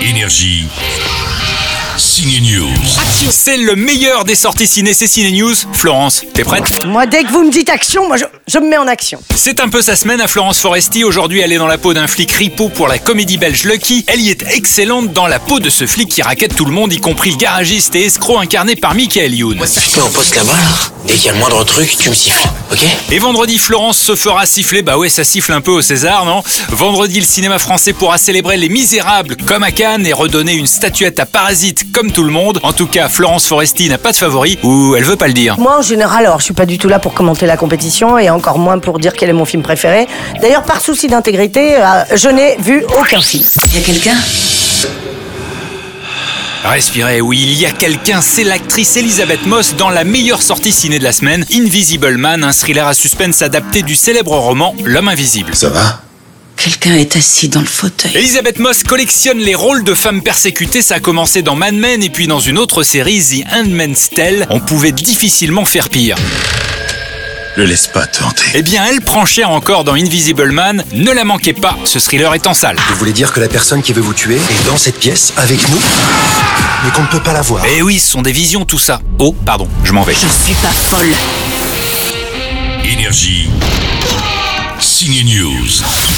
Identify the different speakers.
Speaker 1: Énergie. Signe News.
Speaker 2: C'est le meilleur des sorties ciné, c'est Ciné News. Florence, t'es prête
Speaker 3: Moi, dès que vous me dites action, moi, je, je me mets en action.
Speaker 2: C'est un peu sa semaine à Florence Foresti. Aujourd'hui, elle est dans la peau d'un flic ripo pour la comédie belge Lucky. Elle y est excellente dans la peau de ce flic qui raquette tout le monde, y compris le garagiste et escroc incarné par Michael Youn.
Speaker 4: Je te mets en poste là-bas, là. Dès qu'il y a le moindre truc, tu me siffles, ok
Speaker 2: Et vendredi, Florence se fera siffler. Bah ouais, ça siffle un peu au César, non Vendredi, le cinéma français pourra célébrer Les Misérables comme à Cannes et redonner une statuette à Parasite comme tout le monde. En tout cas, Florence Foresti n'a pas de favori, ou elle veut pas le dire.
Speaker 3: Moi, en général, alors, je suis pas du tout là pour commenter la compétition et encore moins pour dire quel est mon film préféré. D'ailleurs, par souci d'intégrité, euh, je n'ai vu aucun film.
Speaker 5: Il y a quelqu'un
Speaker 2: Respirez, oui, il y a quelqu'un, c'est l'actrice Elisabeth Moss dans la meilleure sortie ciné de la semaine, Invisible Man, un thriller à suspense adapté du célèbre roman L'homme invisible.
Speaker 4: Ça va
Speaker 5: Quelqu'un est assis dans le fauteuil.
Speaker 2: Elisabeth Moss collectionne les rôles de femmes persécutées, ça a commencé dans Mad Men et puis dans une autre série, The Handmaid's Tale, on pouvait difficilement faire pire.
Speaker 4: Le laisse pas te hanter.
Speaker 2: Eh bien, elle prend cher encore dans Invisible Man, ne la manquez pas, ce thriller est en salle.
Speaker 6: Vous voulez dire que la personne qui veut vous tuer est dans cette pièce avec nous, mais qu'on ne peut pas la voir
Speaker 2: Eh oui, ce sont des visions tout ça. Oh, pardon, je m'en vais.
Speaker 5: Je suis pas folle.
Speaker 1: Énergie. Signe News.